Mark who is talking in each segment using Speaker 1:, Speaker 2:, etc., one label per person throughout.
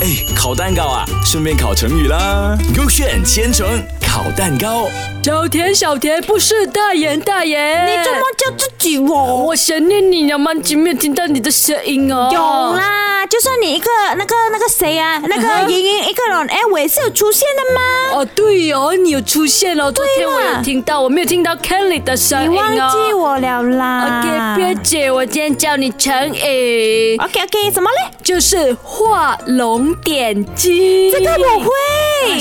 Speaker 1: 哎，烤蛋糕啊，顺便烤成语啦。勾选千层烤蛋糕，
Speaker 2: 小田，小田，不是大眼，大眼，
Speaker 3: 你怎么叫自己我？
Speaker 2: 我想念你呀，蛮久没有听到你的声音哦。
Speaker 3: 有啦，就算你一个那个那个谁啊，那个莹莹一个人，哎，我也是有出现的吗？
Speaker 2: 嗯哦，对哦，你有出现哦。昨天我
Speaker 3: 啦
Speaker 2: 有听到，我没有听到 Kelly 的声
Speaker 3: 你
Speaker 2: 音
Speaker 3: 忘记
Speaker 2: 哦。
Speaker 3: 我了啦
Speaker 2: OK，表姐，我今天叫你成语
Speaker 3: OK OK，怎么嘞？
Speaker 2: 就是画龙点睛。
Speaker 3: 这个我
Speaker 2: 啊
Speaker 3: 会。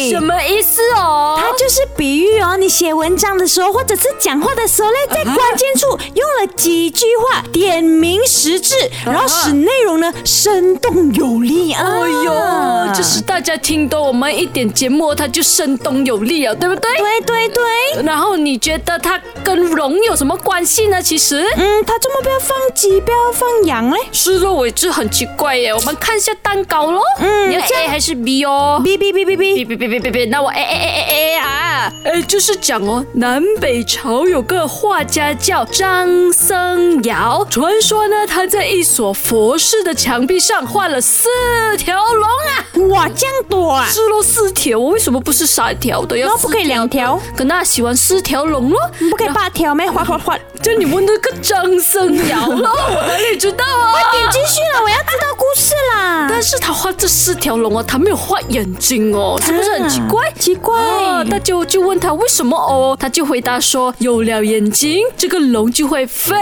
Speaker 2: 什么意思哦？
Speaker 3: 它就是比喻哦，你写文章的时候，或者是讲话的时候嘞，
Speaker 2: 啊
Speaker 3: 在关键处用了几句话点明实质，
Speaker 2: 啊
Speaker 3: 然后使内容呢生动有力啊。
Speaker 2: 哎呦，就是大家听懂我们一点节目，哦它就生动有力哦了，对不对？
Speaker 3: 对对对，
Speaker 2: 然后你觉得它跟龙有什么关系呢？其实，
Speaker 3: 嗯，它怎么不要放鸡，不要放羊嘞
Speaker 2: 是肉尾汁很奇怪耶。我们看一下蛋糕咯，嗯，你要
Speaker 3: 哎
Speaker 2: A 还是 B 哦？
Speaker 3: ？B B B B
Speaker 2: 别
Speaker 3: B，
Speaker 2: 别别别别别！那我哎哎哎哎哎啊！哎，就是讲哦，南北朝有个画家叫张僧繇，传说呢他在一所佛寺的墙壁上画了四条龙啊，
Speaker 3: 哇，这样多啊！
Speaker 2: 是咯，四条，我为什么不是三条的？
Speaker 3: 然
Speaker 2: 要
Speaker 3: 后不可以两条，
Speaker 2: 四，可那喜欢四条龙咯。
Speaker 3: 不可以八条咩？划划划！
Speaker 2: 就你问那个张僧繇咯， 哦我哪里知道啊？
Speaker 3: 点进去了，我要知道故事啦。
Speaker 2: 但是他画这四条龙哦，他没有画眼睛哦，是不是很奇怪？
Speaker 3: 奇怪
Speaker 2: 哦，他就就问他为什么哦，他就回答说，有了眼睛，这个龙就会飞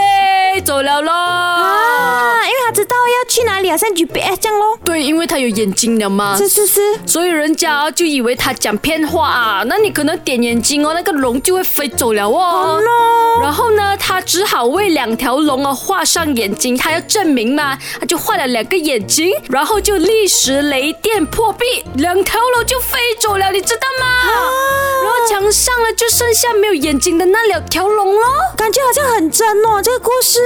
Speaker 2: 走了咯。
Speaker 3: 啊，因为他知道要去哪里，好像 GPS 这样咯。
Speaker 2: 对，因为他有眼睛了嘛。
Speaker 3: 是是是，
Speaker 2: 所以人家哦就以为他讲骗话啊，那你可能点眼睛哦，那个龙就会飞走了哦。
Speaker 3: no
Speaker 2: 然后呢，他只好为两条龙哦画上眼睛，他要证明嘛，他就画了两个眼睛，然后就立时雷电破壁，两条龙就飞走了，你知道吗？
Speaker 3: 啊
Speaker 2: 然后墙上呢就剩下没有眼睛的那两条龙喽。
Speaker 3: 感觉好像很真哦，这个故事。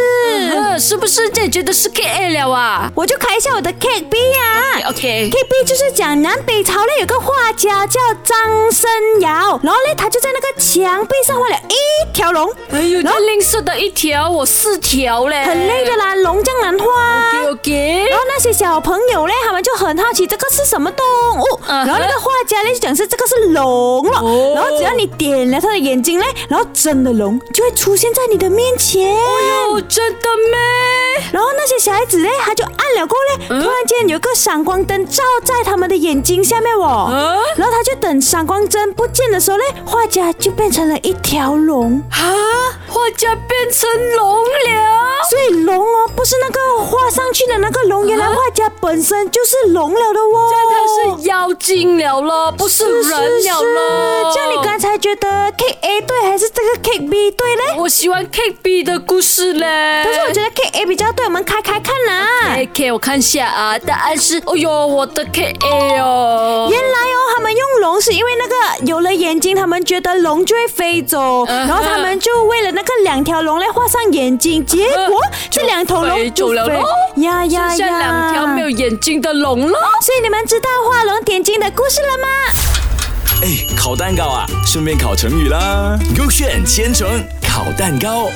Speaker 2: 嗯，是不是这也觉得是 K A 了啊
Speaker 3: 我就开一下我的 K B 啊。
Speaker 2: ？OK，
Speaker 3: K B 就是讲南北朝呢有个画家叫张僧繇，然后呢他就在那个墙壁上画了一条龙，
Speaker 2: 哎呦，这吝啬的一条，我四条嘞，
Speaker 3: 很累的啦，龙江南画。
Speaker 2: OK OK，
Speaker 3: 然后那些小朋友嘞，他们就很好奇这个是什么动物。
Speaker 2: 嗯哼
Speaker 3: 然后那个画家嘞就讲是这个是龙了。
Speaker 2: 哦
Speaker 3: 然后只要你点了他的眼睛嘞，然后真的龙就会出现在你的面前。
Speaker 2: 哦，真的咩？
Speaker 3: 然后那些小孩子嘞，他就按了过后嘞，
Speaker 2: 嗯
Speaker 3: 突然间有个闪光灯照在他们的眼睛下面哦。
Speaker 2: 嗯
Speaker 3: 然后他就等闪光灯不见的时候嘞，画家就变成了一条龙。
Speaker 2: 啊，画家变成龙了。
Speaker 3: 所以龙哦，不是那个画上去的那个龙，原来
Speaker 2: 嗯
Speaker 3: 画家本身就是龙了的哦。
Speaker 2: 他是妖精了咯，不是人了咯。
Speaker 3: 这样你刚才觉得 K A 对还是这个 K B 对嘞？
Speaker 2: 我喜欢 K B 的故事嘞。哎
Speaker 3: 可是我觉得哎 K A 比较对，我们开开看啦。
Speaker 2: K K，我看一下啊，答案是，哦哟，我的 K A 哦。
Speaker 3: 原来哦，他们用龙是因为那个有了眼睛，他们觉得龙就会飞走，
Speaker 2: 嗯哼
Speaker 3: 然后他们就为了那个两条龙来画上眼睛，结果这两头龙就
Speaker 2: 嗯就飞走了咯
Speaker 3: 呀呀
Speaker 2: 剩下
Speaker 3: 呀！
Speaker 2: 两条没有眼睛的龙了。
Speaker 3: 所以你们知道画龙点睛的故事了吗？
Speaker 1: 哎，烤蛋糕啊，顺便烤成语啦。勾选千层烤蛋糕。